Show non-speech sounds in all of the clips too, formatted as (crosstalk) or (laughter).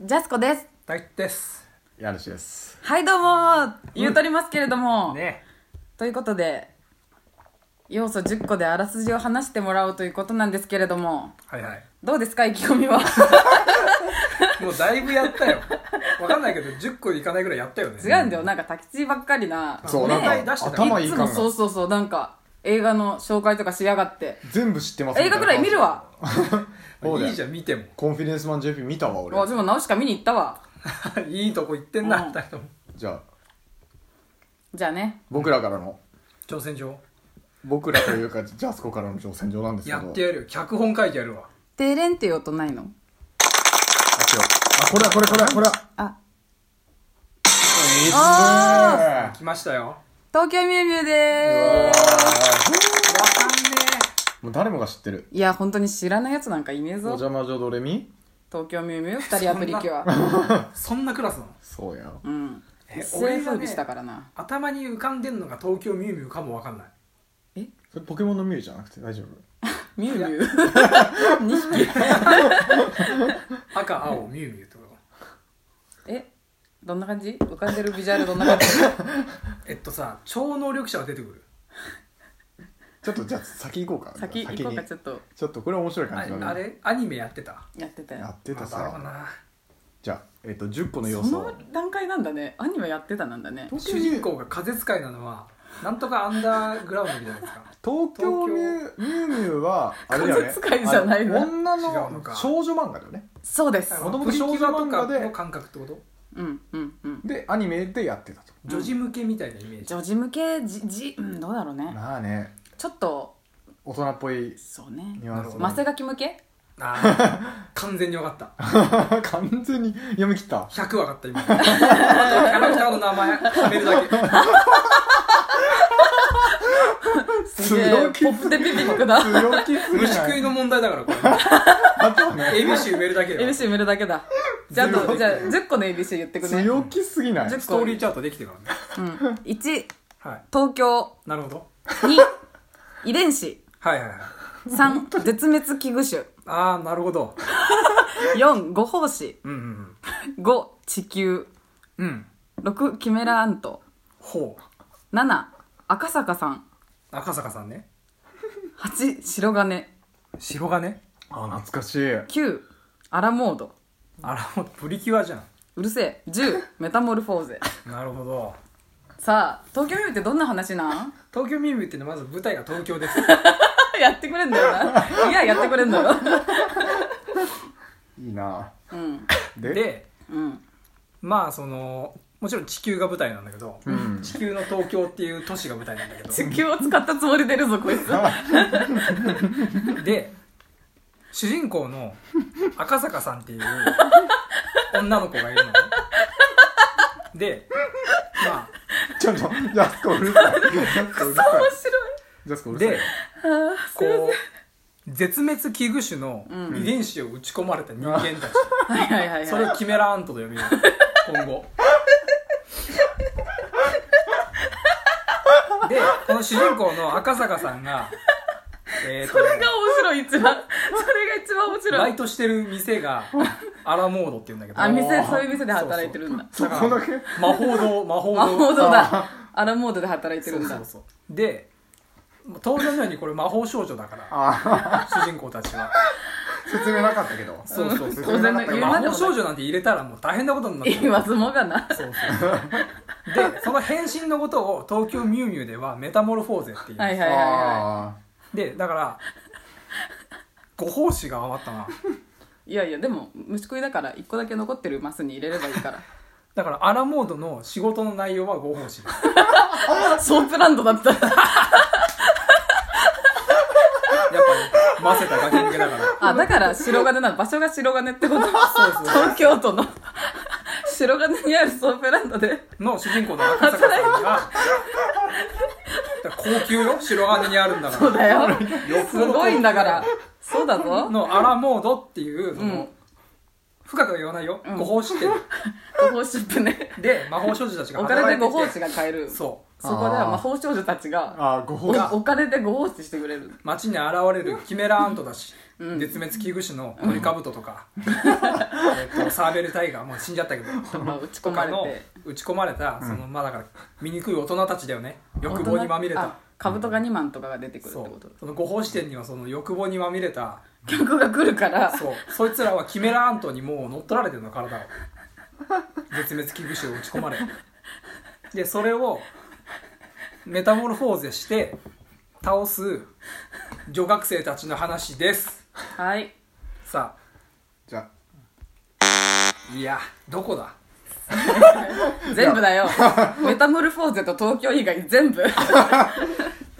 ジャスコです。大輝です家主ですはい、どうも言うとりますけれども、ねということで、要素10個であらすじを話してもらおうということなんですけれども、はいはいどうですか、意気込み (laughs) は。もうだいぶやったよ (laughs) わかんないけど10個いかないぐらいやったよね違うんだよ、なんかタキチばっかりな。そうねなんか出してた頭いいいつ感もがそうそうそう、なんか映画の紹介とかしやがって。全部知ってます映画ぐらい見るわ。そうだよいいじゃん見ても (laughs) コンフィデンスマン JP 見たわ俺わ、でもナウシカ見に行ったわ。いいとこ行ってんうなん2人ともじゃあじゃあね、僕らからの挑戦状僕らというかジャスコからの挑戦状なんですけどやってやるよ脚本書いてやるわてれんっていう音ないのあ違うあこれはこれこれこれあ、はえーす来ましたよ東京ミュウミュウでーす。わかんねもう誰もが知ってるいや、本当に知らないやつなんかいねえおぞ。邪魔女ドレミ東京ミュウミュウ、二人アプリキュア。 (laughs) えそんなクラスなのそうやうんえ一俺が世ね風靡したからな頭に浮かんでんのが東京ミュウミュウかもわかんないそれポケモンのミュウじゃなくて大丈夫ミュウミュウ赤青ミュウミュウってことえどんな感じ浮かんでるビジュアルどんな感じえっとさ超能力者が出てくるちょっとじゃあ先行こうか先行こうかちょっとちょっとこれ面白いあ感じだねあれアニメやってたやってたやよってたあだろうさなじゃあえっと10個の要そ素の段階なんだねアニメやってたなんだね東主京ミュ人ウ公が風使いなのはなんとかアンダーグラウンドみたいなんですか東京ミュウミュウミュウはあれだよね風使いじゃないのあの女違うののか少女漫画だよねそうですあのプリキュアとか少女漫画での感覚ってことうんうんうんでアニメでやってたと女児向けみたいなイメージ、女児向けじじ、うん、どうだろうねまあねちょっと大人っぽいそうねニュアンスマセガキ向け (laughs) ああ完全に分かった (laughs) (laughs) 完全に読み切った100分かった今あとキャラクターの名前決めるだけすげえ強気ポップでビビックだ強気すぎ (laughs) 虫な食いいの問題だからこれあとね ABC 埋めるだけよ ABC 埋めるだけだじゃああとじゃあ10個の ABC 言ってくね、強気すぎないじゃストーリーチャートできてからねうん、1東はい京なるほど2遺伝子はいはいはい3絶滅危惧種ああなるほど4五胞子うんうん5地球うんうん6キメラアントほう7赤坂さん赤坂さんね8白金白金あ懐かしい9アラモードあらもうプリキュアじゃんうるせえ10メタモルフォーゼなるほどさあ東京ミューってどんな話なん東京ミュウミュウっていうのはまず舞台が東京です (laughs) やってくれんだよないややってくれんだよいいなうんででうんまあそのもちろん地球が舞台なんだけど、うん地球の東京っていう都市が舞台なんだけど地球を使ったつもり出るぞこいつで主人公の赤坂さんっていう女の子がいるのねでまちょっとジャスコうるさいジャスコうるさいジャスコうあるさいでこう絶滅危惧種の遺伝子を打ち込まれた人間たち、はいはいはいそれはをキメラアントと呼 (laughs) びます今後でこの主人公の赤坂さんが、えいーそとれが面白い一番それが一番面白バいイトしてる店がアラモードっていうんだけどあ店そういう店で働いてるんだそこだけ魔法堂魔法あ、モー堂ドだ。アラモードで働いてそるうんそだう。そうで当然のようにこれ魔法少女だからあ主人公たちは説明なかったけどそうそうそう当然の言う魔まで法も少女なんて入れたらもう大変なことになっなてい。る今、相撲がな。そうそうそうでその変身のことを東京ミュウミュウではメタモルフォーゼっていう、はいはいはいは。あでだからご奉仕が余ったないいやいや、でも、虫食いだから、一個だけ残ってるマスに入れればいい (laughs) から。だからアラモードの仕事の内容はご奉仕ですソープランドだった。 (laughs) やっぱ、混ぜたガキ抜けだからあ、だから、白金なの。場所が白金ってこと。 (laughs) そうそう東京都の (laughs) 白金にあるソープランドで。の主人公の赤坂さんが高級よ白金にあるんだかそうらだよ。よっぽすどごいんだから。そうだぞ。のアラモードっていうその、うん深くは言わないよ、うんご奉仕店ご奉仕って (laughs) ね。で魔法少女たちがお金で働いててご奉仕が買える。そそこでは魔法少女たちーが、あーごお褒美お金でご奉仕してくれる。う街に現れるキメラアントだし、絶滅危惧種のトリカブトとか、えっとのサーベルタイガーもう死んじゃったけどまあ打ち込とまかれのて打ち込まれたその、まあだから醜い大人たちだよね欲望にまみれ大人あた株とか2万とかが出てくるってそこうとその誤報視点にはその欲望にまみれた客が来るからそうそいつらはキメラアントにもう乗っ取られてるの体を絶滅危惧種を打ち込まれでそれをメタモルフォーゼして倒す女学生たちの話ですはいさじゃあいやどこだ全部だよ (laughs) メタモルフォーゼと東京以外全部 (laughs)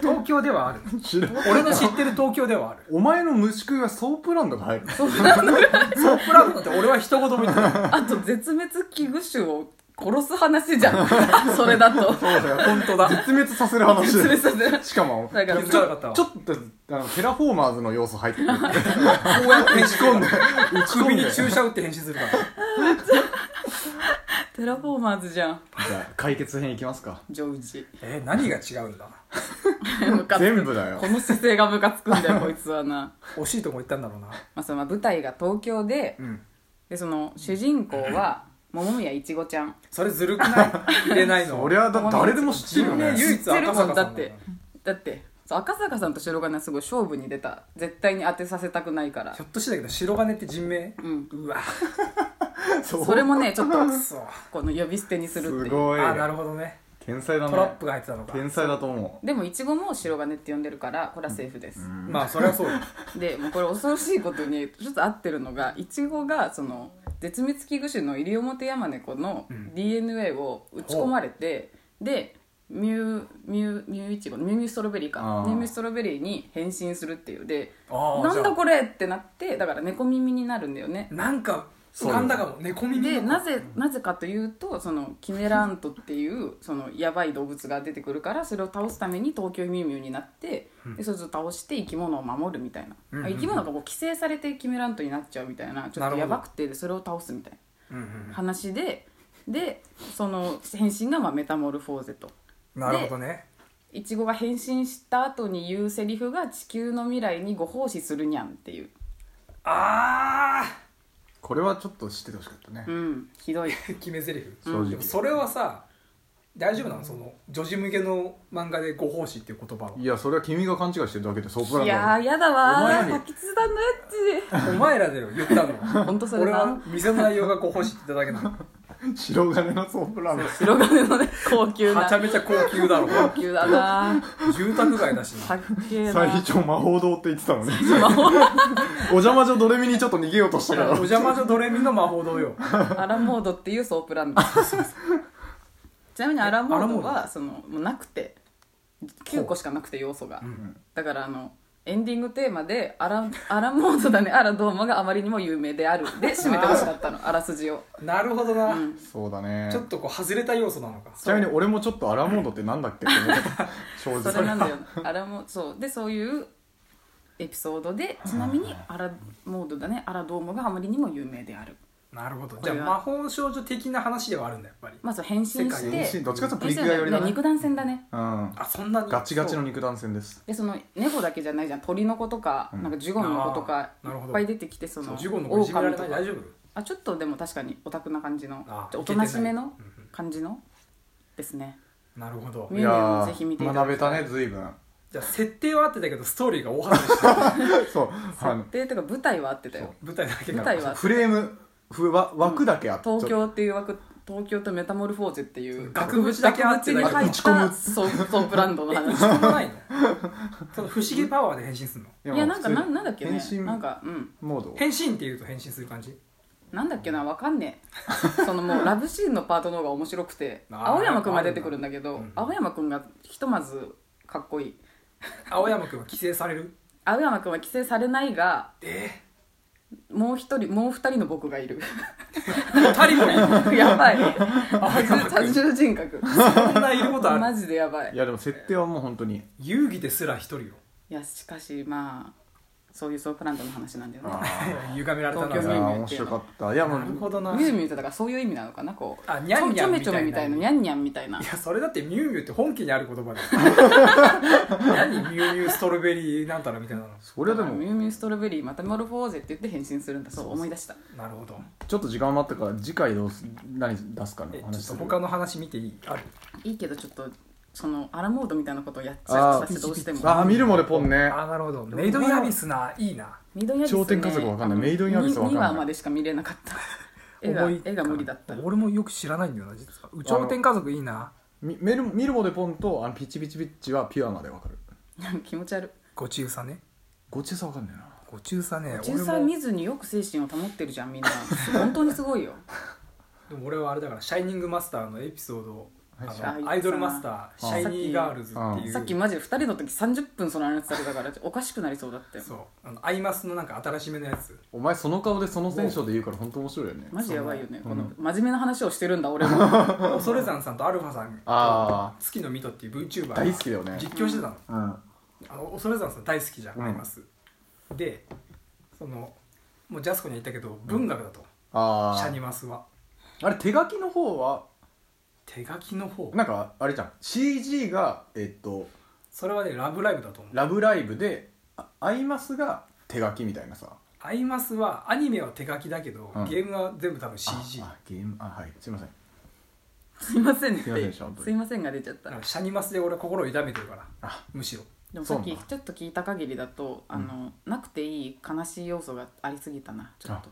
東京ではあるあ知らん俺の知ってる東京ではあるお前の虫食いはソープランドが入るソープランドって俺は一言も言ってないあと絶滅危惧種を殺す話じゃんそれだとそうだよ本当だ絶滅させる話失礼させ (laughs) るしかもだから気づかなかったわちょっとあのテラフォーマーズの要素入ってくるこうやって打ち (laughs) 込んで首に打ち込ん注で射打って変身するからテラフォーマーズじゃんじゃあ解決編いきますかジョージえ何が違うんだムカつく全部だよ (laughs) この姿勢がムカつくんだよこいつはな、惜しいとこ行ったんだろうなまあ、その舞台が東京でうんでその主人公は桃宮いちごちゃんそれずるく (laughs) ない入れないの俺はだ誰でも知ってるよねね唯一知ってる赤坂もさんんだだってだってそう赤坂さんと白金はすごい勝負に出た絶対に当てさせたくない (laughs) からひょっとしてだけど白金って人名うんうわそうそれもねちょっとくそこの呼び捨てにするっすていうごいあなるほどね天才だトラッねプが入ってたのか天才だと思でもいちごも白金って呼んでるからこれはセーフです、まあそれはそうだでもうこれ恐ろしいことにちょっと合ってるのがいちごがその絶滅危惧種のイリオモテヤマネコの DNA を打ち込まれて、でミューミューミューイチゴミューミューストロベリーかあーミューミューストロベリーに変身するっていうであーなんじゃだあこれってなってだから猫耳になるんだよねなんかそう浮かんだかも猫耳でなぜなぜかというとそのキメラアントっていう (laughs) そのやばい動物が出てくるからそれを倒すために東京ミュウミュウになってでそいつを倒して生き物を守るみたいな、あ生き物がこう寄生されてキメラアントになっちゃうみたいなちょなっとるほどやばくてでそれを倒すみたいうんうんな話ででその変身がまあメタモルフォーゼと。なるほどねいちごが変身した後に言うセリフが「地球の未来にご奉仕するにゃん」っていうあうこれはちょっと知っててほしかったねうんひどいあ決め台詞正で直もそれはさ大丈夫なのその女児向けの漫画で「ご奉仕」っていう言葉はいやそれは君が勘違いしてるだけでソープランドいやーやだわお前ーらに滝津さんのやつお前らだよ言ったの本当それ俺なは店の内容がご奉仕って言っただけなの白金のソープランド白金のね高級なはちゃめちゃ高級だろ高級だな住宅街だしなかっけえな最初魔法堂って言ってたのねお邪魔女ドレミにちょっと逃げようとしたかおら邪魔女ドレミの魔法堂よアラモードっていうソープラ (laughs) ンドちなみにアラモードアラモーはそのもうなくて9個しかなくて要素が、んだからあのエンディングテーマでアラ「アラモードだねアラどうも」があまりにも有名であるで締めてほしかったのあらすじをなるほどな、そうだねちょっとこう外れた要素なのかちなみに俺もちょっとアラモードってなんだっけって思ってた正直 (laughs) それなん (laughs) だよアラモそうでそういうエピソードでちなみにアラモードだねアラどうもがあまりにも有名であるなるほどこじれゃあは魔法少女的な話ではあるんだやっぱりまあそう変身して世界変身どっちかっていうとプリキュア寄りだねね肉弾戦だねうんあそんなにガチガチの肉弾戦ですでその猫だけじゃないじゃん鳥の子とか、うんなんかジュゴンの子とかあーいなるほどっぱい出てきてそそのうジュゴンの子いじめられない狼大丈あちょっとでも確かにオタクな感じのあーおとなしめのいけてないうんうん感じのですね夫なるほどみいメニューやもぜひ見ていーただ学きべたね随 (laughs) 分じゃあ設定は合ってたけどストーリーが大外れしたそうあ設の定とか舞台は合ってたよ舞台だけ舞が台はフレームふわ枠だけあって東京っていう枠東京とメタモルフォーゼっていう額縁だけあって額縁に入っ打ち込たむソーソープランドのえ一話緒もないのその不思議パ (laughs) ワーで変身するのいいやなんか普通なになんだっけね変身なんかうんモード変身っていうと変身する感じなんだっけなわかんねえその (laughs) もうラブシーンのパートの方が面白くてあー青山くんが出てくるんだけど、うん青山くんがひとまずかっこいい青山君は規制される青山くんは規制されないがえもう一人もう二人の僕がいる二人もい (laughs) るやばい (laughs) 青山 (laughs) 多君重人格そんないることあマるジでやばいいやでも設定はもう本当に遊戯ですら一人よいやしかしまあそういうソープランドの話なんだよね歪められたな東京あミューー面白かったいやもなるほうどなミュウミュウってだからそういう意味なのかなこうあニャンニちャょンめちょめみたいなニャンニャンみたいないや、それだってミュウミュウって本家にある言 (laughs) 葉です。何ミュウミュウストロベリーなんたらみたいなの。それでもミュウミュウストロベリーまたモルフォーゼって言って変身するんだそう思い出したなるほど。ちょっと時間余ったから次回どうす何出すかえ、ねちょ話っすとる他の話見ていいある。いいけどちょっとそのアラモードみたいなことをやっちゃあうとさどうしてもあー見るもんねポンねあ、なるほど。メイドインアビスな、いいな。メイドインアビスね頂点家族わかんないメイドインアビスわかんないに2話までしか見れなかった絵が重い絵が無理だ (laughs) った俺もよく知らないんだよな、実は。宇宙天家族いいな。み見る見るもんねポンとあのピチピチピッチはピュアまでわかる気持ち悪いご中佐ね。ごちそうさわかんないなご中佐ね。中佐俺も見ずによく精神を保ってるじゃんみんな本当にすご (laughs) いよでも俺はあれだから、シャイニングマスターのエピソードを、あはいあ言ってたのなアイドルマスター、シャイニーガールズっていう。さっきマジで2人の時30分その話されたからおかしくなりそうだったよそう。あの、アイマスのなんか新しめのやつ。お前その顔でそのテンションで言うから本当面白いよねマジやばいよねそこうの真面目な話をしてるんだ俺も恐山さんとアルファさんあ月のミトっていう VTuber が大好きだよね実況してたの,、うんうんあの恐山さん大好きじゃん、うんアイマスでそのもうジャスコには言ったけど文学だと、あシャニあマスはあれ手書きの方は手書きの方なんかあれじゃん CG がえっとそれはね「ラブライブ!」だと思「うラブライブで」あアイマスが手書きみたいなさアイマスはアニメは手書きだけど、うんゲームは全部多分 CG ああゲームあはいすいません (laughs) すいませんっすいませんてでした本当にすいませんが出ちゃっだたからシャニマスで俺は心を痛めてるからあむしろでもさっそうきなんだちょっと聞いた限りだとあの、なくていい悲しい要素がありすぎたなちょっと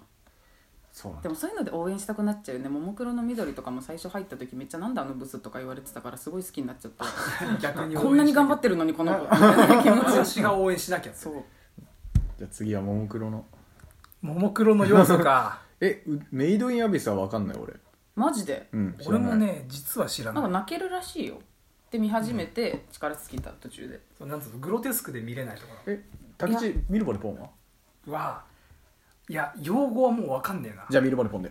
そうなんでだもそういうので応援したくなっちゃうよねももクロの緑とかも最初入った時めっちゃなんだあのブスとか言われてたからすごい好きになっちゃ (laughs) った逆にこんなに頑張っててるのにこの子私が応援しなき (laughs) (laughs) ゃそうじゃあ次はももクロのももクロの要素かえうメイドインアビスは分かんない俺マジでうん知ら俺ないもね実は知らななんいか泣けるらしいよで見始めて力尽きた途中でそうなんつうのグロテスクで見れないとこえ竹い内ミルバレポンはろはいや用語はもう分かんねえなじゃあミルバレポンで